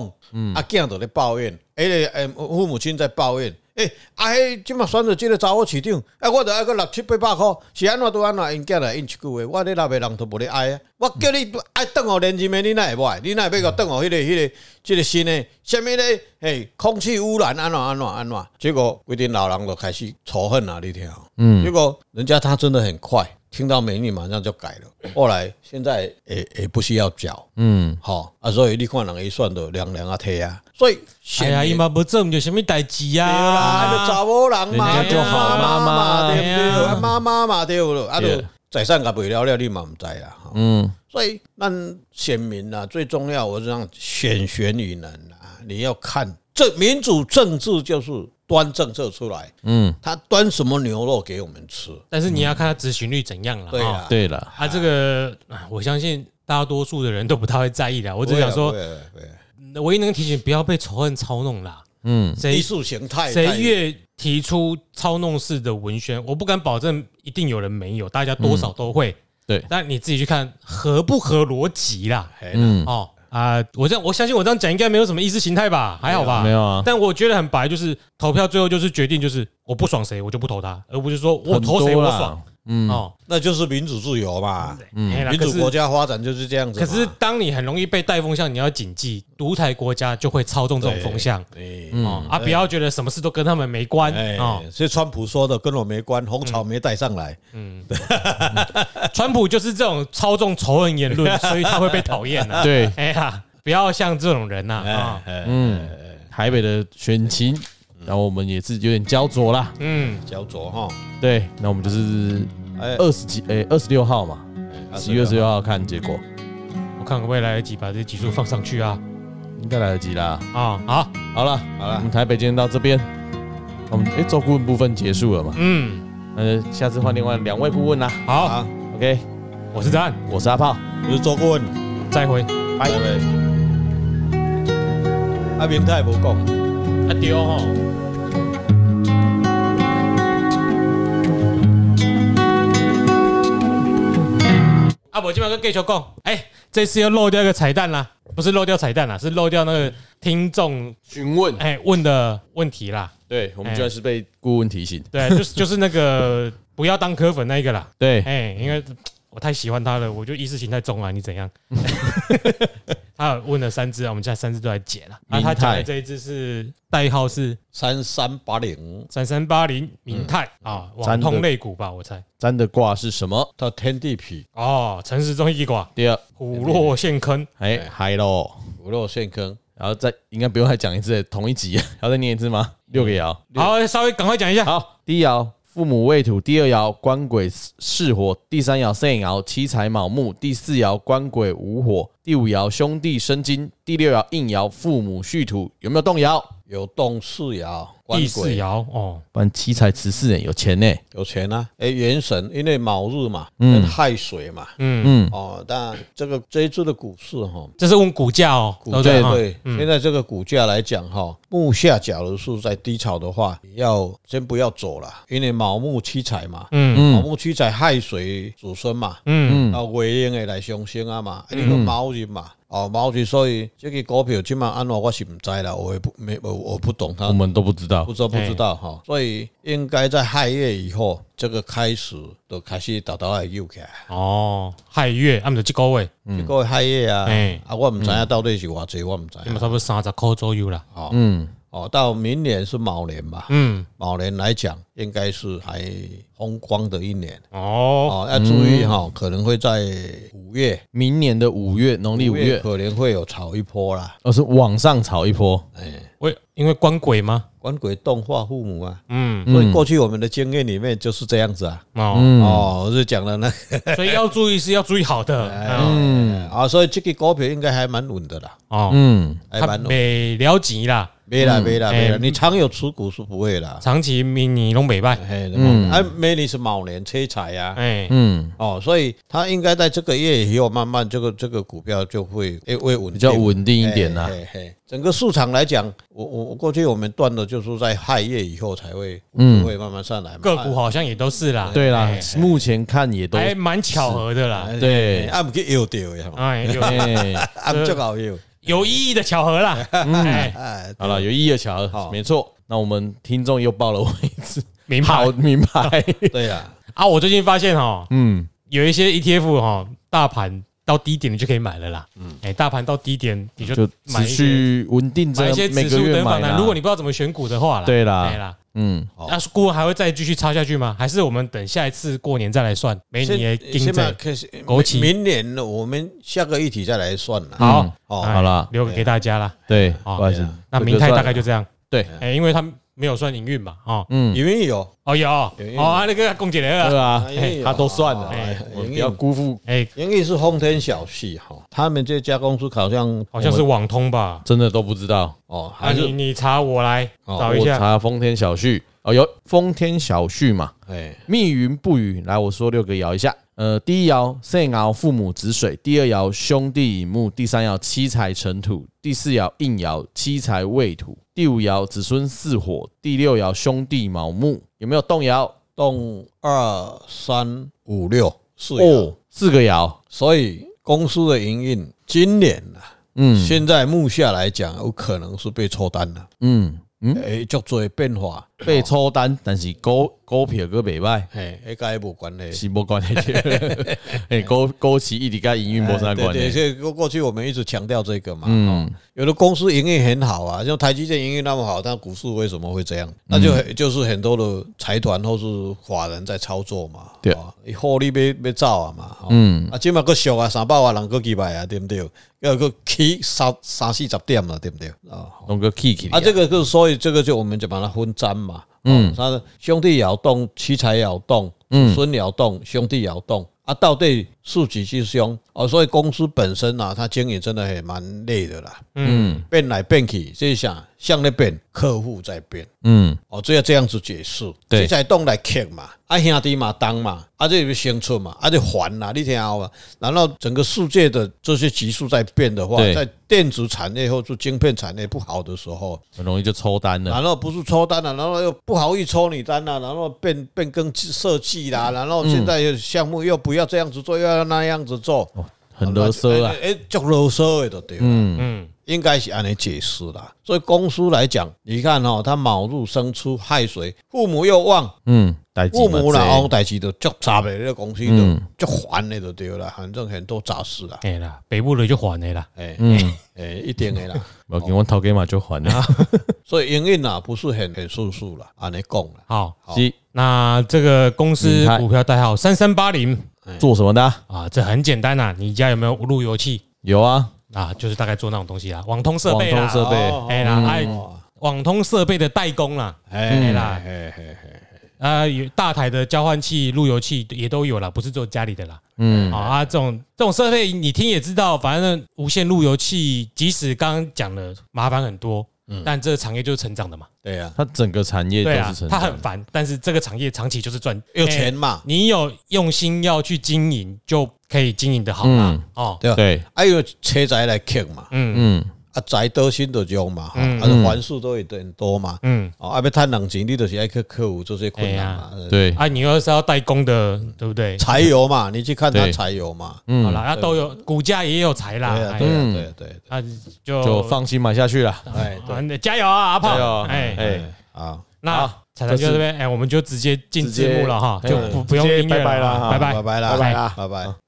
Speaker 1: 啊，囝都咧抱怨，迄个诶父母亲在抱怨，诶，啊，迄即摆选择即个查某市长，啊，我着爱个六七八百箍，是安怎拄安怎因囝来因一句话，我咧拉的人都无咧爱啊，我叫你爱转互连任的，你哪会爱？你哪会要甲转互迄个迄个即个新的，什物咧？嘿，空气污染安怎安怎安怎？结果规定老人就开始仇恨啊，你听哦。结果人家他真的很快听到美女，马上就改了。后来现在也也不需要缴，嗯，好啊，所以你看人一算的凉凉啊贴啊，所以
Speaker 2: 哎
Speaker 1: 显
Speaker 2: 呀，
Speaker 1: 然
Speaker 2: 伊嘛不证有什么代志呀？
Speaker 1: 对啦，啊就查某人嘛，
Speaker 3: 人家就好
Speaker 1: 妈
Speaker 3: 妈
Speaker 1: 嘛，
Speaker 3: 妈
Speaker 1: 对不对？
Speaker 2: 对啊
Speaker 1: 啊妈妈嘛，对不对？啊，
Speaker 3: 对
Speaker 1: 就宰上甲袂了了，你嘛毋知啦。吼
Speaker 3: 嗯，
Speaker 1: 所以咱选民啊，最重要，我是让选选于人啊，你要看这民主政治就是端政策出来，
Speaker 3: 嗯，
Speaker 1: 他端什么牛肉给我们吃？
Speaker 2: 但是你要看他执行率怎样了。
Speaker 1: 对
Speaker 2: 哦
Speaker 1: 啊，
Speaker 3: 对了，
Speaker 2: 啊，这个啊我相信大多数的人都不太会在意的。我只想说
Speaker 1: 不，会啊，不会啊
Speaker 2: 唯一能提醒不要被仇恨操弄啦。
Speaker 3: 嗯，
Speaker 1: 不会意
Speaker 2: 谁
Speaker 1: 识形态
Speaker 2: 谁越提出操弄式的文宣，我不敢保证一定有人没有，大家多少都会。
Speaker 3: 嗯对
Speaker 2: 但你自己去看合不合逻辑啦。
Speaker 1: 太
Speaker 3: 嗯，
Speaker 2: 哦啊，我这样我相信我这样讲应该没有什么意识形态吧？还好吧？
Speaker 3: 没有啊，
Speaker 2: 但我觉得很白，就是投票最后就是决定，就是我不爽谁我就不投他，而不是说我投谁
Speaker 3: 很多
Speaker 2: 我
Speaker 3: 啦嗯
Speaker 2: 爽。嗯哦，
Speaker 1: 那就是民主自由嘛，
Speaker 2: 哎啦
Speaker 1: 民主
Speaker 2: 可是
Speaker 1: 国家发展就是这样子嘛。
Speaker 2: 可是当你很容易被带风向，你要谨记，独裁国家就会操纵这种风向
Speaker 1: 对，
Speaker 2: 哦啊！不要觉得什么事都跟他们没关哦
Speaker 1: 哎，。是川普说的，跟我没关，红草没带上来。
Speaker 2: 川普就是这种操纵仇恨 言论，所以他会被讨厌的。
Speaker 3: 对，
Speaker 2: 哎呀，不要像这种人呐
Speaker 1: 哎
Speaker 2: 啊！
Speaker 3: 嗯，台北的选情，然后我们也是有点焦灼啦。
Speaker 2: 嗯，
Speaker 1: 焦灼哈，
Speaker 3: 对，那我们就是
Speaker 1: 哎
Speaker 2: 哦
Speaker 1: 啊
Speaker 3: 二十几，诶，二十六号嘛，十一月二十六号看结果，
Speaker 2: 我看可不可以来得及把这集数放上去啊
Speaker 3: 应该来得及啦。
Speaker 2: 啊！好，
Speaker 3: 好了，
Speaker 1: 好了
Speaker 3: 我们台北今天到这边，我们诶，做顾问部分结束了嘛？
Speaker 2: 嗯，
Speaker 3: 那就下次换另外两位顾问啦。
Speaker 2: 好，
Speaker 1: 啊，
Speaker 3: OK，
Speaker 2: 我是赞，
Speaker 3: 我是阿炮，
Speaker 1: 我是周顾问，
Speaker 2: 再会。
Speaker 1: 拜拜。阿明太无讲。
Speaker 2: 啊对吼。啊，我今晚跟继续讲，哎、这次又漏掉一个彩蛋啦，不是漏掉彩蛋啦，是漏掉那个听众
Speaker 3: 询问
Speaker 2: 哎、问的问题啦。
Speaker 3: 对我们居然是被顾问提醒，
Speaker 2: 对，就是就是那个不要当科粉那一个啦，
Speaker 3: 对，
Speaker 2: 哎、因为我太喜欢他了，我就意识形态重啊，你怎样？ 他有问了三只啊，我们现在三只都来解了。啊，他讲的这一只是代号是
Speaker 1: 三三八零，
Speaker 2: 三三八零明泰啊，网通类股吧，我猜。
Speaker 3: 占的卦是什么？
Speaker 1: 它天地痞，
Speaker 2: 哦，陈时中一卦，
Speaker 3: 第二，
Speaker 2: 虎落陷坑。
Speaker 3: 哎，嗨喽，
Speaker 1: 虎落陷坑，
Speaker 3: 然后再应该不用再讲一次，同一集，还要再念一次吗？六个爻，
Speaker 2: 好，稍微赶快讲一下。
Speaker 3: 嗯好，第一爻父母未土，第二爻官鬼巳火，第三爻肾爻七财卯木，第四爻官鬼午火，第五爻兄弟生金，第六爻应爻父母戌土，有没有动摇？
Speaker 1: 有动四爻，官
Speaker 2: 第四
Speaker 1: 鬼
Speaker 2: 爻哦，
Speaker 3: 不然七财十四人有钱呢、
Speaker 1: 有钱啊！哎，元神因为卯日嘛，嗯，亥水嘛，
Speaker 2: 嗯，
Speaker 1: 哦，但这个这一次的股市哈，
Speaker 2: 这是问股价哦，对
Speaker 1: 股
Speaker 2: 不
Speaker 1: 价
Speaker 2: 对？哈
Speaker 1: 对，现在这个股价来讲哈，木下假如是在低潮的话，要先不要走了，因为卯木七财嘛，
Speaker 2: 嗯
Speaker 1: 卯木七财亥水主孙嘛，
Speaker 2: 嗯，
Speaker 1: 啊，尾用的来上升啊嘛，啊你个卯日嘛。哦，卯日，所以这个股票今晚安怎我是唔知啦，我也不没我我不懂它
Speaker 2: 嗯
Speaker 3: 我们都不知道
Speaker 1: 不。知道不知道哈，所以应该在亥月以后，这个开始就开始达到来有起来。
Speaker 2: 哦，亥月，啊，毋就即个月，
Speaker 1: 这个亥月啊
Speaker 2: 嘿，
Speaker 1: 啊，我唔知影到底是偌济，我唔知道。
Speaker 2: 那么差不多三十块左右啦。
Speaker 3: 嗯，
Speaker 1: 哦，到明年是卯年吧？
Speaker 2: 嗯，
Speaker 1: 卯年来讲，应该是还风光的一年。
Speaker 2: 哦，
Speaker 1: 哦，要注意哈，可能会在五月，
Speaker 3: 明年的五月，农历五月，哦
Speaker 1: 可能会有炒一波啦。
Speaker 3: 而、是往上炒一波。
Speaker 1: 哎，
Speaker 2: 为因为官鬼吗？
Speaker 1: 官鬼动画父母啊，
Speaker 2: 嗯，
Speaker 1: 所以过去我们的经验里面就是这样子啊。
Speaker 2: 哦，
Speaker 1: 哦，我是讲了那个
Speaker 2: 所以要注意是要注意好的，嗯
Speaker 1: 嗯啊，所以这个股票应该还蛮稳的啦，
Speaker 2: 哦，
Speaker 3: 嗯，
Speaker 1: 还
Speaker 2: 他
Speaker 1: 蛮稳。
Speaker 2: 袂了钱啦，
Speaker 1: 没啦没啦
Speaker 2: 嗯
Speaker 1: 没啦，
Speaker 2: 哎
Speaker 1: 你常有持股是不会啦。
Speaker 2: 长期明年拢袂歹，
Speaker 1: 哎，嗯，哎，梅里是卯年催财啊呀，
Speaker 2: 哎，
Speaker 3: 嗯，
Speaker 1: 哦，所以它应该在这个月以后，慢慢这个这个股票就会诶会稳定
Speaker 3: 比较稳定一点啊啦、
Speaker 1: 嘿嘿嘿整个市场来讲，我我我过去我们断的就是在亥月以后才会
Speaker 3: 嗯
Speaker 1: 才会慢慢上来嘛。
Speaker 2: 个股好像也都是啦，
Speaker 3: 对啦
Speaker 2: 哎，
Speaker 3: 目前看也都
Speaker 2: 还蛮巧合的啦，
Speaker 3: 对
Speaker 1: 哎，啊不去摇掉呀，
Speaker 2: 哎，有
Speaker 3: 哎
Speaker 1: 啊不就搞摇，
Speaker 2: 有意义的巧合 啦，
Speaker 3: 嗯
Speaker 2: 哎，
Speaker 1: 哎，
Speaker 3: 好了，有意义的巧合，
Speaker 1: 好
Speaker 3: 没错。那我们听众又报了我一次，
Speaker 2: 明白
Speaker 3: 好明白。
Speaker 1: 对呀，
Speaker 2: 啊！我最近发现哦，
Speaker 3: 嗯，
Speaker 2: 有一些 E ETF 哈，哦大盘到低点你就可以买了啦，嗯，哎，大盘到低点你就
Speaker 3: 就
Speaker 2: 买
Speaker 3: 持
Speaker 2: 一些
Speaker 3: 续稳定
Speaker 2: 买一
Speaker 3: 着
Speaker 2: 些，
Speaker 3: 每
Speaker 2: 指
Speaker 3: 个
Speaker 2: 数
Speaker 3: 月
Speaker 2: 等
Speaker 3: 买
Speaker 2: 反
Speaker 3: 啦。
Speaker 2: 弹，如果你不知道怎么选股的话啦，哎
Speaker 3: 对啦
Speaker 2: 对啦，
Speaker 3: 嗯，
Speaker 1: 好
Speaker 2: 那顾问还会再继续抄下去吗？还是我们等下一次过年再来算？每
Speaker 1: 现
Speaker 2: 年盯
Speaker 1: 现在
Speaker 2: 着。
Speaker 1: 开始，
Speaker 2: 枸杞
Speaker 1: 明年我们下个议题再来算了。
Speaker 2: 好，
Speaker 1: 哦
Speaker 2: 哎
Speaker 3: 嗯好啦
Speaker 2: 留给大家啦。
Speaker 3: 对，不
Speaker 2: 好
Speaker 3: 好意思
Speaker 1: 对啊，
Speaker 2: 那
Speaker 3: 这
Speaker 2: 明
Speaker 3: 就
Speaker 2: 泰
Speaker 3: 算
Speaker 2: 大
Speaker 3: 了
Speaker 2: 概就这样，
Speaker 3: 对，
Speaker 2: 哎，因为他没有算营运嘛，哦，
Speaker 1: 因为有，
Speaker 2: 哦有，哦
Speaker 1: 有有
Speaker 2: 啊那个共姐来
Speaker 3: 对
Speaker 2: 了，
Speaker 3: 啊
Speaker 1: 哎呦，
Speaker 3: 他都算了
Speaker 1: 哎，
Speaker 3: 我们不要辜负，
Speaker 2: 哎，
Speaker 1: 因为是轰天小戏哈，他们这家公司好像
Speaker 2: 好像是网通吧？
Speaker 3: 真的都不知道。
Speaker 1: 哦，
Speaker 2: 啊，
Speaker 1: 还
Speaker 2: 你
Speaker 1: 是
Speaker 2: 你查我来
Speaker 1: 哦
Speaker 2: 找一
Speaker 3: 我
Speaker 2: 下，
Speaker 3: 查丰田小旭哦，有丰田小旭嘛？
Speaker 1: 哎
Speaker 3: 密云不语，来，我说六个爻一下。呃，第一爻肾爻父母子水，第二爻兄弟引木，第三爻七财成土，第四爻应爻七财未土，第五爻子孙巳火，第六爻兄弟卯木，有没有动摇？
Speaker 1: 动二三五六四爻，
Speaker 3: 哦，四个爻，
Speaker 1: 所以公司的营运今年呢、啊，
Speaker 3: 嗯
Speaker 1: 现在目下来讲，有可能是被抽单了，
Speaker 3: 嗯嗯，
Speaker 1: 哎、足多的变化，
Speaker 3: 被抽单，但是股股票个袂歹，
Speaker 1: 哎、那跟伊无关系。
Speaker 3: 是无关系。 哎，股股市一直跟营运无啥关
Speaker 1: 哎对对，
Speaker 3: 系。
Speaker 1: 这过过去我们一直强调这个嘛，嗯，有的公司营运很好啊，像台积电营运那么好，但股市为什么会这
Speaker 3: 嗯
Speaker 1: 样？那就很就是很多的财团或是法人在操作嘛，
Speaker 3: 对
Speaker 1: 哦，获利被被造啊嘛，哦
Speaker 3: 嗯
Speaker 1: 啊，即嘛个俗啊，三百万人个几百啊，对不对？要个起三三四十点啊，对不对？啊、
Speaker 3: 弄个 K K
Speaker 1: 啊，这个就是所以这个就我们就把它分占嘛，嗯，他的兄弟窑洞、七财窑洞、子孙窑洞、兄弟窑洞啊，到底是几之兄哦？所以公司本身啊，它经营真的也蛮累的啦，
Speaker 2: 嗯，
Speaker 1: 变来变去，这想向那边客户在变。
Speaker 3: 嗯
Speaker 1: 哦，只要这样子解释，
Speaker 3: 对
Speaker 1: 这才动来克嘛，啊兄弟嘛当嘛，啊这就生出嘛，啊就还啦，你听好吗？然后整个世界的这些急速在变的话
Speaker 3: 对，
Speaker 1: 在电子产业或是晶片产业不好的时候，
Speaker 3: 很容易就抽单了。
Speaker 1: 然后不是抽单啊了、然后又不好意抽你单了、啊然后变变更设计
Speaker 3: 嗯
Speaker 1: 啦，然后现在又项目又不要这样子做，又要那样子做，
Speaker 3: 哦很啰嗦啊
Speaker 1: 哎，哎，足啰嗦的就对了。
Speaker 2: 嗯，
Speaker 1: 应该是按你解释啦。所以公司来讲，你看哦，它卯入生出亥水，父母又旺，
Speaker 3: 嗯，代志
Speaker 1: 父
Speaker 3: 嘛嗯
Speaker 1: 母啦，
Speaker 3: 多
Speaker 1: 哦，代志都足杂的，这个公司都足烦的就对了，反正很多杂事啦。
Speaker 2: 哎啦，北部的就还的啦，
Speaker 1: 哎
Speaker 3: 嗯，
Speaker 1: 哎，一定的 啦。
Speaker 3: 我给我头家嘛就还了。
Speaker 1: 所以营运啊不是很很顺速啦，按你讲啦。
Speaker 2: 好，
Speaker 3: 是
Speaker 2: 那这个公司
Speaker 3: 明泰
Speaker 2: 股票代号三三八零
Speaker 3: 做什么的啊？
Speaker 2: 啊，这很简单呐、你家有没有路由器？
Speaker 3: 有啊，
Speaker 2: 啊，就是大概做那种东西啦，网通设
Speaker 3: 网
Speaker 2: 备
Speaker 3: 通
Speaker 2: 啦，
Speaker 3: 设备，
Speaker 1: 哦
Speaker 2: 哎啦，哎，网通设备的代工啦，
Speaker 1: 哎
Speaker 2: 啦
Speaker 1: 嘿嘿嘿
Speaker 2: 啊，有大台的交换器、路由器也都有啦，不是做家里的啦。
Speaker 3: 嗯，
Speaker 2: 好啊，这种这种设备你听也知道，反正无线路由器，即使刚刚讲了麻烦很多，
Speaker 3: 嗯
Speaker 2: 但这个产业就是成长的嘛。
Speaker 1: 对啊呀，
Speaker 3: 它整个产业都
Speaker 2: 对啊
Speaker 3: 是成，
Speaker 2: 它
Speaker 3: 长
Speaker 2: 很烦，但是这个产业长期就是赚
Speaker 1: 有。
Speaker 2: 哎
Speaker 1: 钱嘛，
Speaker 2: 你有用心要去经营，就可以经营的好啦。
Speaker 3: 嗯
Speaker 2: 哦，
Speaker 1: 对吧？
Speaker 3: 对，
Speaker 1: 还啊有车宅来捡嘛，
Speaker 2: 嗯
Speaker 3: 嗯，
Speaker 1: 啊，宅得心就用嘛，吼
Speaker 2: 嗯
Speaker 1: 啊，环数都会很多嘛，
Speaker 2: 嗯，
Speaker 1: 哦，啊，要趁人钱，你就是爱去客户做些困难嘛，呃
Speaker 3: 对，
Speaker 2: 啊，你又是要代工的，对不对？
Speaker 1: 柴油嘛，你去看它
Speaker 3: 对
Speaker 1: 柴油嘛，
Speaker 2: 好啦，啊，都有股价也有财
Speaker 1: 对
Speaker 2: 啦，
Speaker 1: 呀，
Speaker 2: 哎
Speaker 1: 对呀，
Speaker 3: 嗯
Speaker 1: 对呀，对呀，
Speaker 2: 啊，就
Speaker 3: 就放心买下去了。
Speaker 1: 哎，对
Speaker 2: 啊，那加油啊，阿
Speaker 3: 加油
Speaker 2: 胖，
Speaker 3: 啊
Speaker 2: 哎
Speaker 3: 哎。
Speaker 1: 哎啊，
Speaker 2: 那
Speaker 3: 好
Speaker 2: 彩彩
Speaker 3: 这
Speaker 2: 就是这边，哎，我们就直接进
Speaker 3: 直接
Speaker 2: 字幕了哈，就
Speaker 3: 哎
Speaker 2: 不不用
Speaker 3: 直接
Speaker 2: 音乐
Speaker 3: 拜拜
Speaker 2: 了
Speaker 3: 啦
Speaker 2: 哈，拜拜
Speaker 1: 哎拜拜啦，
Speaker 2: 拜
Speaker 1: 拜
Speaker 2: 拜
Speaker 1: 拜，拜拜。